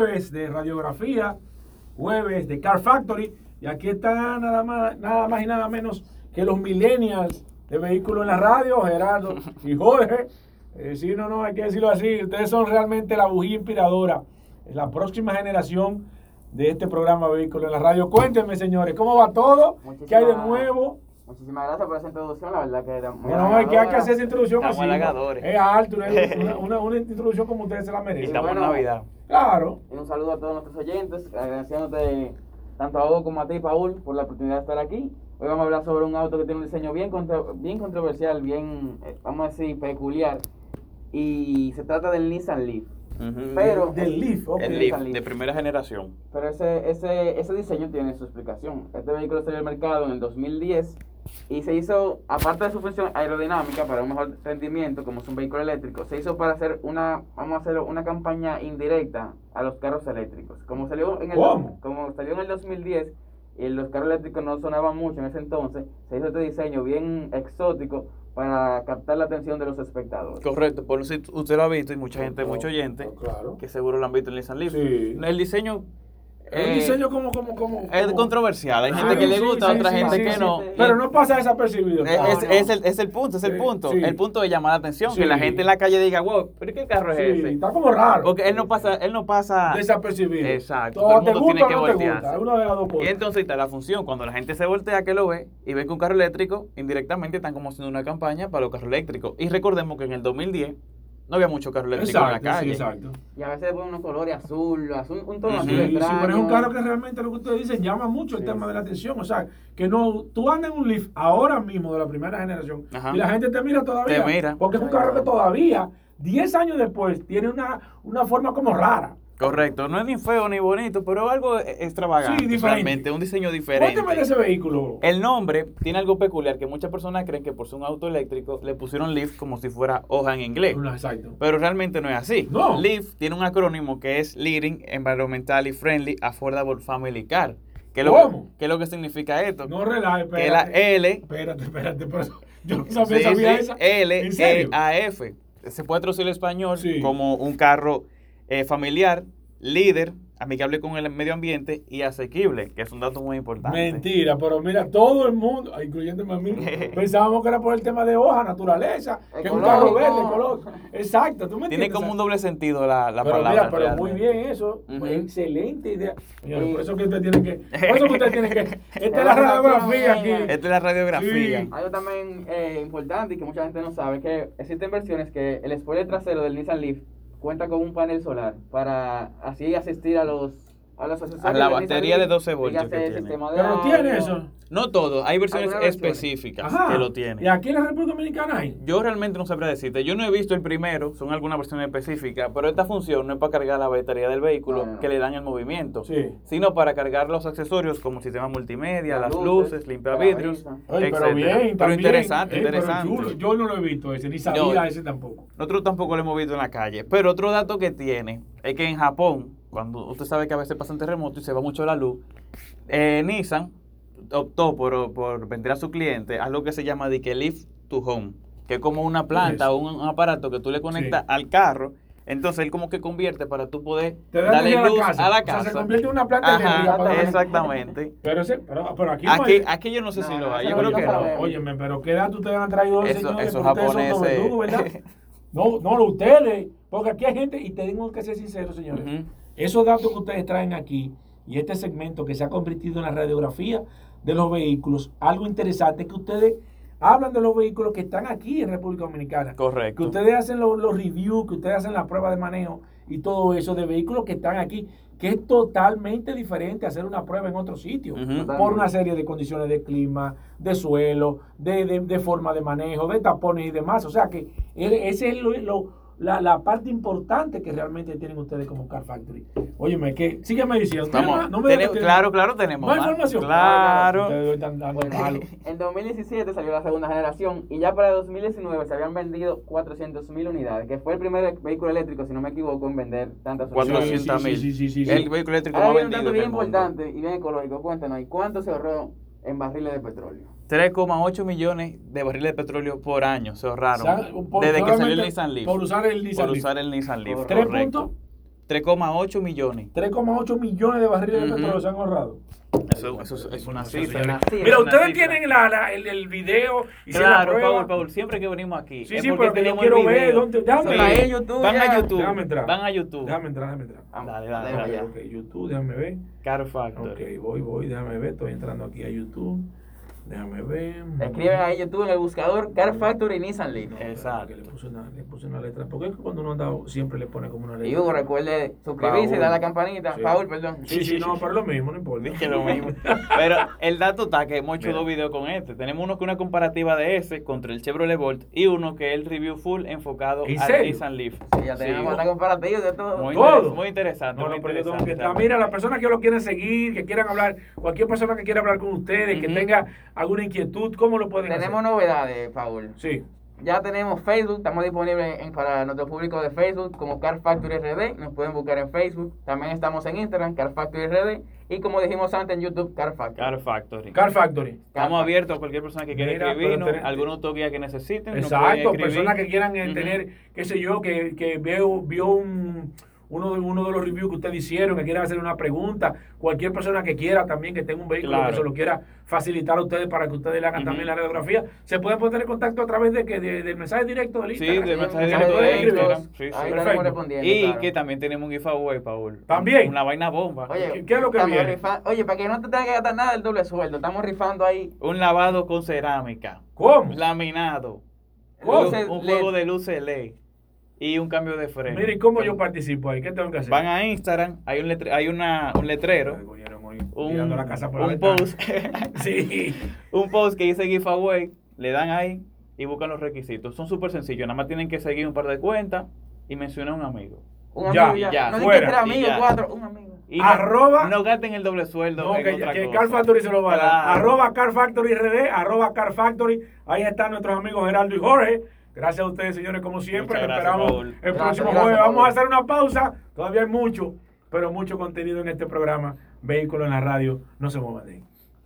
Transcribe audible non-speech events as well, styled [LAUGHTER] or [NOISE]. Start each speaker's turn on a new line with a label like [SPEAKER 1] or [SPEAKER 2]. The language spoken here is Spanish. [SPEAKER 1] jueves de radiografía, jueves de Car Factory, y aquí está nada más, nada más y nada menos que los millennials de vehículos en la radio,
[SPEAKER 2] [LAUGHS]
[SPEAKER 1] Gerardo y Jorge. Eh, sí, no, no, hay que decirlo así, ustedes son realmente la bujía inspiradora, la próxima generación de este programa Vehículos en la radio. Cuéntenme, señores, ¿cómo va todo? ¿Qué hay de
[SPEAKER 3] Muchísimas-
[SPEAKER 1] nuevo?
[SPEAKER 3] Muchísimas gracias por esa introducción, la verdad que era muy
[SPEAKER 1] Bueno, no, es que hay que
[SPEAKER 3] halagadora.
[SPEAKER 1] hacer esa introducción
[SPEAKER 2] Estamos
[SPEAKER 1] así. ¿no?
[SPEAKER 2] halagadores.
[SPEAKER 1] Es alto,
[SPEAKER 2] [LAUGHS]
[SPEAKER 1] una, una, una introducción como ustedes se la
[SPEAKER 2] Y
[SPEAKER 1] merecen.
[SPEAKER 2] estamos
[SPEAKER 3] bueno.
[SPEAKER 2] en Navidad.
[SPEAKER 1] Claro.
[SPEAKER 3] Y un saludo a todos nuestros oyentes, agradeciéndote tanto a vos como a ti, Paul, por la oportunidad de estar aquí. Hoy vamos a hablar sobre un auto que tiene un diseño bien, contra- bien controversial, bien, eh, vamos a decir, peculiar. Y se trata del Nissan Leaf. Pero-
[SPEAKER 1] Del Leaf, ok.
[SPEAKER 2] el Leaf, de primera generación.
[SPEAKER 3] Pero ese, ese, ese diseño tiene su explicación. Este vehículo salió al mercado en el 2010 y se hizo, aparte de su función aerodinámica para un mejor rendimiento, como es un vehículo eléctrico, se hizo para hacer una, vamos a hacer una campaña indirecta a los carros eléctricos. Como salió en el,
[SPEAKER 1] ¿Cómo?
[SPEAKER 3] Como salió en el 2010 y los carros eléctricos no sonaban mucho en ese entonces, se hizo este diseño bien exótico para captar la atención de los espectadores.
[SPEAKER 2] Correcto, por si usted lo ha visto y mucha gente,
[SPEAKER 1] No,
[SPEAKER 2] mucho oyente,
[SPEAKER 1] no, Claro.
[SPEAKER 2] que seguro lo han visto en Nissan Leaf.
[SPEAKER 1] Sí.
[SPEAKER 2] El diseño
[SPEAKER 1] El
[SPEAKER 2] eh,
[SPEAKER 1] diseño como, como, como.
[SPEAKER 2] es
[SPEAKER 1] como-
[SPEAKER 2] controversial. Hay
[SPEAKER 1] Sí,
[SPEAKER 2] gente que le
[SPEAKER 1] sí,
[SPEAKER 2] gusta,
[SPEAKER 1] sí,
[SPEAKER 2] otra
[SPEAKER 1] sí,
[SPEAKER 2] gente
[SPEAKER 1] sí,
[SPEAKER 2] que
[SPEAKER 1] sí.
[SPEAKER 2] no. Eh,
[SPEAKER 1] Pero no pasa desapercibido.
[SPEAKER 2] Es, es-
[SPEAKER 1] No, no.
[SPEAKER 2] es el, es el punto, es el
[SPEAKER 1] Sí,
[SPEAKER 2] punto.
[SPEAKER 1] sí.
[SPEAKER 2] El punto de llamar la atención.
[SPEAKER 1] Sí.
[SPEAKER 2] Que la gente en la calle diga, wow, ¿pero qué carro es
[SPEAKER 1] Sí,
[SPEAKER 2] ese?
[SPEAKER 1] está como raro. Ah.
[SPEAKER 2] Porque él no pasa, él no pasa.
[SPEAKER 1] Desapercibido.
[SPEAKER 2] Exacto,
[SPEAKER 1] O
[SPEAKER 2] todo el
[SPEAKER 1] te
[SPEAKER 2] mundo
[SPEAKER 1] gusta
[SPEAKER 2] tiene
[SPEAKER 1] o
[SPEAKER 2] que
[SPEAKER 1] no te
[SPEAKER 2] voltearse.
[SPEAKER 1] gusta. Es una de las dos cosas.
[SPEAKER 2] Y entonces está la función, cuando la gente se voltea que lo ve y ve que un carro eléctrico, indirectamente están como haciendo una campaña para los carros eléctricos. Y recordemos que en el 2010 no había mucho carro eléctrico en la
[SPEAKER 1] exacto, sí,
[SPEAKER 2] calle.
[SPEAKER 1] exacto.
[SPEAKER 3] Y a veces le ponen unos colores azul, azul un tono
[SPEAKER 2] Sí,
[SPEAKER 3] azul
[SPEAKER 1] Sí, sí,
[SPEAKER 3] extraño.
[SPEAKER 1] pero es un carro que realmente lo que ustedes dicen llama mucho el
[SPEAKER 3] Sí,
[SPEAKER 1] tema
[SPEAKER 3] sí.
[SPEAKER 1] de la atención. O sea, que no, tú andas en un Leaf ahora mismo de la primera generación
[SPEAKER 2] Ajá.
[SPEAKER 1] y la gente te mira todavía.
[SPEAKER 2] Te mira.
[SPEAKER 1] Porque es un carro que todavía, 10 años después, tiene una, una forma como rara.
[SPEAKER 2] Correcto, no es ni feo ni bonito, pero algo e- extravagante.
[SPEAKER 1] Sí, diferente.
[SPEAKER 2] Realmente, un diseño diferente.
[SPEAKER 1] Cuénteme de ese vehículo.
[SPEAKER 2] El nombre tiene algo peculiar que muchas personas creen que por ser un auto eléctrico le pusieron Leaf como si fuera hoja en inglés.
[SPEAKER 1] Una- exacto.
[SPEAKER 2] Pero realmente no es así.
[SPEAKER 1] No.
[SPEAKER 2] LEAF tiene un acrónimo que es Leading Environmentally Friendly Affordable Family Car. ¿Qué es lo,
[SPEAKER 1] ¿Cómo?
[SPEAKER 2] que es lo que significa esto?
[SPEAKER 1] No relaje,
[SPEAKER 2] que la
[SPEAKER 1] espérate.
[SPEAKER 2] L,
[SPEAKER 1] Espérate, espérate, pero eso- [LAUGHS] yo no
[SPEAKER 2] sí,
[SPEAKER 1] sabía, sabía
[SPEAKER 2] sí,
[SPEAKER 1] esa.
[SPEAKER 2] L,
[SPEAKER 1] ¿En
[SPEAKER 2] E,
[SPEAKER 1] serio?
[SPEAKER 2] A, F. Se puede traducir al español
[SPEAKER 1] Sí.
[SPEAKER 2] como un carro eh, familiar, líder, amigable con el medio ambiente y asequible, que es un dato muy importante.
[SPEAKER 1] Mentira, pero mira, todo el mundo, ah, incluyéndome a
[SPEAKER 2] [LAUGHS]
[SPEAKER 1] mí, pensábamos que era por el tema de hoja, naturaleza, que es un carro
[SPEAKER 3] Ecológico.
[SPEAKER 1] verde, color. Exacto, tú me
[SPEAKER 2] Tiene
[SPEAKER 1] entiendes.
[SPEAKER 2] como un
[SPEAKER 1] O sea,
[SPEAKER 2] doble sentido la, la
[SPEAKER 1] pero
[SPEAKER 2] palabra.
[SPEAKER 1] mira, pero muy
[SPEAKER 2] realmente.
[SPEAKER 1] bien eso.
[SPEAKER 2] Ujú.
[SPEAKER 1] pues, excelente idea. Señores,
[SPEAKER 3] Sí.
[SPEAKER 1] por eso que usted tiene que. Por eso que usted tiene
[SPEAKER 2] [LAUGHS]
[SPEAKER 1] que. Esta es la radiografía aquí.
[SPEAKER 2] Esta es la radiografía.
[SPEAKER 1] Sí.
[SPEAKER 3] Algo también eh, importante y que mucha gente no sabe es que existen versiones que el spoiler trasero del Nissan Leaf cuenta con un panel solar para así asistir a los a los accesorios
[SPEAKER 2] A la
[SPEAKER 3] del Nissan
[SPEAKER 2] batería
[SPEAKER 3] Leaf,
[SPEAKER 2] de 12 voltios
[SPEAKER 3] dígase
[SPEAKER 2] que
[SPEAKER 3] el
[SPEAKER 2] tiene. ¿Mm?
[SPEAKER 3] sistema de
[SPEAKER 1] Pero tiene
[SPEAKER 3] audio.
[SPEAKER 1] eso.
[SPEAKER 2] No todo, hay versiones
[SPEAKER 3] Algunas versiones.
[SPEAKER 2] específicas
[SPEAKER 1] Ajá.
[SPEAKER 2] que lo tienen.
[SPEAKER 1] Y aquí en la República Dominicana hay.
[SPEAKER 2] Yo realmente no sabría decirte. Yo no he visto el primero, son algunas versiones específicas, pero esta función no es para cargar la batería del vehículo
[SPEAKER 3] No, no, no.
[SPEAKER 2] que le dan el movimiento,
[SPEAKER 1] Sí.
[SPEAKER 2] sino para cargar los accesorios como el sistema multimedia,
[SPEAKER 3] Las
[SPEAKER 2] las
[SPEAKER 3] luces,
[SPEAKER 2] luces, limpia
[SPEAKER 3] la
[SPEAKER 2] vidrios,
[SPEAKER 3] brisa.
[SPEAKER 1] Oye, pero
[SPEAKER 2] etcétera.
[SPEAKER 1] bien, también.
[SPEAKER 2] Pero interesante,
[SPEAKER 1] eh, pero
[SPEAKER 2] interesante.
[SPEAKER 1] chulo. yo no lo he visto ese, ni sabía
[SPEAKER 2] No.
[SPEAKER 1] ese tampoco.
[SPEAKER 2] Nosotros tampoco lo hemos visto en la calle. Pero otro dato que tiene es que en Japón, cuando usted sabe que a veces pasan terremotos y se va mucho la luz, eh, Nissan optó por, por vender a su cliente a lo que se llama de que Leaf to Home, que es como una planta o un, un aparato que tú le conectas
[SPEAKER 1] Sí.
[SPEAKER 2] al carro. Entonces él como que convierte para tú poder
[SPEAKER 1] Te da
[SPEAKER 2] darle
[SPEAKER 1] energía a la
[SPEAKER 2] luz
[SPEAKER 1] casa.
[SPEAKER 2] a la
[SPEAKER 1] O sea,
[SPEAKER 2] casa.
[SPEAKER 1] se convierte en una planta
[SPEAKER 2] Ajá,
[SPEAKER 1] eléctrica para la-
[SPEAKER 2] Exactamente.
[SPEAKER 1] Pero, ese, pero, pero aquí, no
[SPEAKER 2] Aquí,
[SPEAKER 1] hay-
[SPEAKER 2] aquí yo no sé
[SPEAKER 3] No,
[SPEAKER 2] si
[SPEAKER 3] no,
[SPEAKER 2] lo hay,
[SPEAKER 3] esa
[SPEAKER 2] yo
[SPEAKER 3] no
[SPEAKER 2] creo
[SPEAKER 3] la
[SPEAKER 2] que
[SPEAKER 3] sabe.
[SPEAKER 2] no.
[SPEAKER 1] Óyeme, pero qué datos ustedes han traído hoy,
[SPEAKER 2] Eso-
[SPEAKER 1] señores,
[SPEAKER 2] esos
[SPEAKER 1] porque ustedes son
[SPEAKER 2] japoneses.
[SPEAKER 1] todos verdugos,
[SPEAKER 2] [LAUGHS]
[SPEAKER 1] ¿verdad? No, no lo ustedes, porque aquí hay gente, y tengo que ser sincero, señores,
[SPEAKER 2] Ujú.
[SPEAKER 1] esos datos que ustedes traen aquí y este segmento que se ha convertido en la radiografía de los vehículos, algo interesante es que ustedes hablan de los vehículos que están aquí en República Dominicana, que
[SPEAKER 2] Correcto.
[SPEAKER 1] ustedes hacen los, los reviews, que ustedes hacen la prueba de manejo y todo eso de vehículos que están aquí, que es totalmente diferente hacer una prueba en otro sitio
[SPEAKER 2] Ujú.
[SPEAKER 1] por una serie de condiciones de clima, de suelo, de, de- de forma de manejo, de tapones y demás. O sea que esa es lo- lo- la, la parte importante que realmente tienen ustedes como Car Factory. Óyeme, que sígueme diciendo.
[SPEAKER 2] Estamos-
[SPEAKER 1] Mira, no me digas
[SPEAKER 2] tenemos-
[SPEAKER 1] que tienen-
[SPEAKER 2] claro, claro, tenemos.
[SPEAKER 1] Más
[SPEAKER 2] más.
[SPEAKER 1] información.
[SPEAKER 2] Claro.
[SPEAKER 1] Ustedes hoy están dando
[SPEAKER 3] Bueno,
[SPEAKER 1] malo.
[SPEAKER 3] [LAUGHS] en 2017 salió la segunda generación y ya para 2019 se habían vendido 400.000 unidades, que fue el primer vehículo eléctrico, si no me equivoco, en vender tantas unidades.
[SPEAKER 2] 400 mil.
[SPEAKER 1] Sí, sí, sí, sí, sí.
[SPEAKER 2] El vehículo eléctrico
[SPEAKER 3] Ahora
[SPEAKER 2] más
[SPEAKER 3] viene un
[SPEAKER 2] vendido
[SPEAKER 3] dato
[SPEAKER 2] en el
[SPEAKER 3] bien
[SPEAKER 2] mundo.
[SPEAKER 3] importante y bien ecológico. Cuéntanos, ¿y cuánto se ahorró en barriles de petróleo?
[SPEAKER 2] 3,8 millones de barriles de petróleo por año se
[SPEAKER 1] O sea,
[SPEAKER 2] ahorraron
[SPEAKER 1] por-
[SPEAKER 2] desde que salió el
[SPEAKER 1] solamente
[SPEAKER 2] Nissan Leaf.
[SPEAKER 1] por usar el Nissan
[SPEAKER 2] Por
[SPEAKER 1] Leaf.
[SPEAKER 2] usar el Nissan Leaf.
[SPEAKER 3] Por
[SPEAKER 1] Tres
[SPEAKER 2] correcto.
[SPEAKER 1] puntos.
[SPEAKER 2] 3,8 millones.
[SPEAKER 1] 3,8 millones de barriles de
[SPEAKER 2] Ujú.
[SPEAKER 1] petróleo se han ahorrado.
[SPEAKER 2] Eso, eso es- es una
[SPEAKER 4] Sí,
[SPEAKER 2] cifra.
[SPEAKER 4] señora.
[SPEAKER 3] Sí,
[SPEAKER 1] Mira,
[SPEAKER 3] es
[SPEAKER 1] ustedes
[SPEAKER 2] cifra.
[SPEAKER 1] tienen la, la- el, el video. hicieron la
[SPEAKER 2] Claro,
[SPEAKER 1] prueba.
[SPEAKER 2] Paul, Paul, siempre que venimos aquí.
[SPEAKER 1] Sí,
[SPEAKER 2] es
[SPEAKER 1] sí,
[SPEAKER 2] porque
[SPEAKER 1] pero que yo
[SPEAKER 2] tenemos
[SPEAKER 1] quiero
[SPEAKER 2] el
[SPEAKER 1] ver
[SPEAKER 2] video.
[SPEAKER 1] dónde- déjame
[SPEAKER 3] ir. Para ellos, tú
[SPEAKER 2] Van
[SPEAKER 3] ya.
[SPEAKER 2] a YouTube.
[SPEAKER 1] Déjame entrar.
[SPEAKER 2] Van a YouTube.
[SPEAKER 1] Déjame entrar, déjame entrar.
[SPEAKER 3] Vamos,
[SPEAKER 2] Dale, dale,
[SPEAKER 1] Ok,
[SPEAKER 2] dale.
[SPEAKER 3] allá.
[SPEAKER 1] ok, YouTube, déjame ver.
[SPEAKER 2] Car Factor.
[SPEAKER 1] Ok, voy, voy, déjame ver. Estoy entrando aquí a YouTube. Déjame ver.
[SPEAKER 3] Escribe ahí YouTube en el buscador Car Factory Nissan Leaf.
[SPEAKER 1] No,
[SPEAKER 2] Exacto.
[SPEAKER 1] porque Le puse, una, le puse una letra. Porque es que cuando uno anda siempre le pone como una letra.
[SPEAKER 3] Y Hugo, recuerde suscribirse,
[SPEAKER 2] Paul.
[SPEAKER 3] dar la campanita.
[SPEAKER 1] Sí.
[SPEAKER 3] Paul, perdón.
[SPEAKER 1] Sí, sí, no, pero lo mismo, no importa.
[SPEAKER 2] Dije lo mismo. Pero el dato está que hemos hecho
[SPEAKER 1] Mira.
[SPEAKER 2] dos videos con este. Tenemos uno que una comparativa de ese contra el Chevrolet Volt y uno que es el review full enfocado
[SPEAKER 1] ¿En
[SPEAKER 2] al
[SPEAKER 1] serio?
[SPEAKER 2] Nissan Leaf.
[SPEAKER 3] Sí, ya tenemos hasta comparativos de todo.
[SPEAKER 2] Muy,
[SPEAKER 1] Todo.
[SPEAKER 2] interes- muy interesante.
[SPEAKER 1] No,
[SPEAKER 2] muy
[SPEAKER 1] no, pero yo tengo
[SPEAKER 2] interesante,
[SPEAKER 1] que estar.
[SPEAKER 2] realmente.
[SPEAKER 1] Ah, Mira, las personas que lo quieren seguir, que quieran hablar, cualquier persona que quiera hablar con ustedes, que
[SPEAKER 2] Ujú.
[SPEAKER 1] tenga alguna inquietud, ¿cómo lo pueden
[SPEAKER 3] Tenemos
[SPEAKER 1] hacer?
[SPEAKER 3] novedades, Paul.
[SPEAKER 1] Sí.
[SPEAKER 3] Ya tenemos Facebook, estamos disponibles en- para nuestro público de Facebook como Car Factory RD, nos pueden buscar en Facebook. También estamos en Instagram, Car Factory RD, y como dijimos antes en YouTube, Car Factory.
[SPEAKER 2] Car Factory.
[SPEAKER 1] Car Factory.
[SPEAKER 2] Estamos abiertos a cualquier persona que quiera
[SPEAKER 1] Mira, pero
[SPEAKER 2] escribirnos,
[SPEAKER 1] tenés-
[SPEAKER 2] alguna autoguía que necesiten. nos pueden
[SPEAKER 1] Exacto,
[SPEAKER 2] escribir.
[SPEAKER 1] personas que quieran eh,
[SPEAKER 2] Ujú.
[SPEAKER 1] tener, qué sé yo, que, que veo, vio un, uno, de, uno de los reviews que ustedes hicieron, que quieran hacer una pregunta, cualquier persona que quiera también, que tenga un vehículo,
[SPEAKER 2] Claro.
[SPEAKER 1] que se lo quiera facilitar a ustedes para que ustedes le hagan
[SPEAKER 2] Ujú.
[SPEAKER 1] también la radiografía, se pueden poner en contacto a través de, que de- del mensaje directo del
[SPEAKER 2] Sí,
[SPEAKER 1] Instagram.
[SPEAKER 2] del mensaje
[SPEAKER 3] Mensajes
[SPEAKER 2] directo de
[SPEAKER 3] directos,
[SPEAKER 2] Instagram. Sí, sí.
[SPEAKER 3] ahí
[SPEAKER 1] Perfecto.
[SPEAKER 3] estaremos respondiendo.
[SPEAKER 2] Y
[SPEAKER 3] claro.
[SPEAKER 2] que también tenemos un giveaway, Paul.
[SPEAKER 1] También.
[SPEAKER 2] Una vaina bomba.
[SPEAKER 1] ¿Qué- qué es lo que
[SPEAKER 3] estamos
[SPEAKER 1] viene?
[SPEAKER 3] rifa- Oye, para que no te tenga que gastar nada del doble sueldo, estamos rifando ahí.
[SPEAKER 2] Un lavado con cerámica.
[SPEAKER 1] ¿Cómo?
[SPEAKER 2] Laminado.
[SPEAKER 1] ¿Cómo?
[SPEAKER 2] Luces- un
[SPEAKER 3] LED.
[SPEAKER 2] juego de luces LED. Y un cambio de freno.
[SPEAKER 1] Mire, ¿y ¿cómo yo participo ahí? ¿Qué tengo que hacer?
[SPEAKER 2] Van a Instagram, hay un, letre- hay una, un
[SPEAKER 1] Me
[SPEAKER 2] letrero,
[SPEAKER 1] cogieron hoy
[SPEAKER 2] un,
[SPEAKER 1] tirando la casa por la
[SPEAKER 2] un
[SPEAKER 1] ventana.
[SPEAKER 2] post,
[SPEAKER 1] [LAUGHS]
[SPEAKER 2] [LAUGHS]
[SPEAKER 1] Sí.
[SPEAKER 2] un post que dice giveaway, le dan ahí y buscan los requisitos. Son súper sencillos, nada más tienen que seguir un par de cuentas y mencionar a un amigo.
[SPEAKER 3] Un
[SPEAKER 1] Ya,
[SPEAKER 3] amigo ya.
[SPEAKER 2] ya,
[SPEAKER 3] no dije
[SPEAKER 1] fuera,
[SPEAKER 3] tres
[SPEAKER 2] y
[SPEAKER 3] amigos,
[SPEAKER 2] ya.
[SPEAKER 3] cuatro, un amigo.
[SPEAKER 2] Y no-
[SPEAKER 1] Arroba-
[SPEAKER 2] No, gasten el doble sueldo.
[SPEAKER 1] No,
[SPEAKER 2] en
[SPEAKER 1] que,
[SPEAKER 2] otra
[SPEAKER 1] que
[SPEAKER 2] cosa.
[SPEAKER 1] Car Factory se lo va a dar.
[SPEAKER 2] Claro.
[SPEAKER 1] Arroba Car Factory RD, arroba Car Factory. Ahí están nuestros amigos Geraldo y Jorge. Gracias a ustedes, señores, como siempre. Nos
[SPEAKER 2] Muchas gracias,
[SPEAKER 1] esperamos
[SPEAKER 2] Paul.
[SPEAKER 1] el
[SPEAKER 3] Gracias,
[SPEAKER 1] próximo
[SPEAKER 3] gracias,
[SPEAKER 1] jueves.
[SPEAKER 3] Paul.
[SPEAKER 1] Vamos a hacer una pausa. Todavía hay mucho, pero mucho contenido en este programa. Vehículo en la radio. No se muevan de ahí.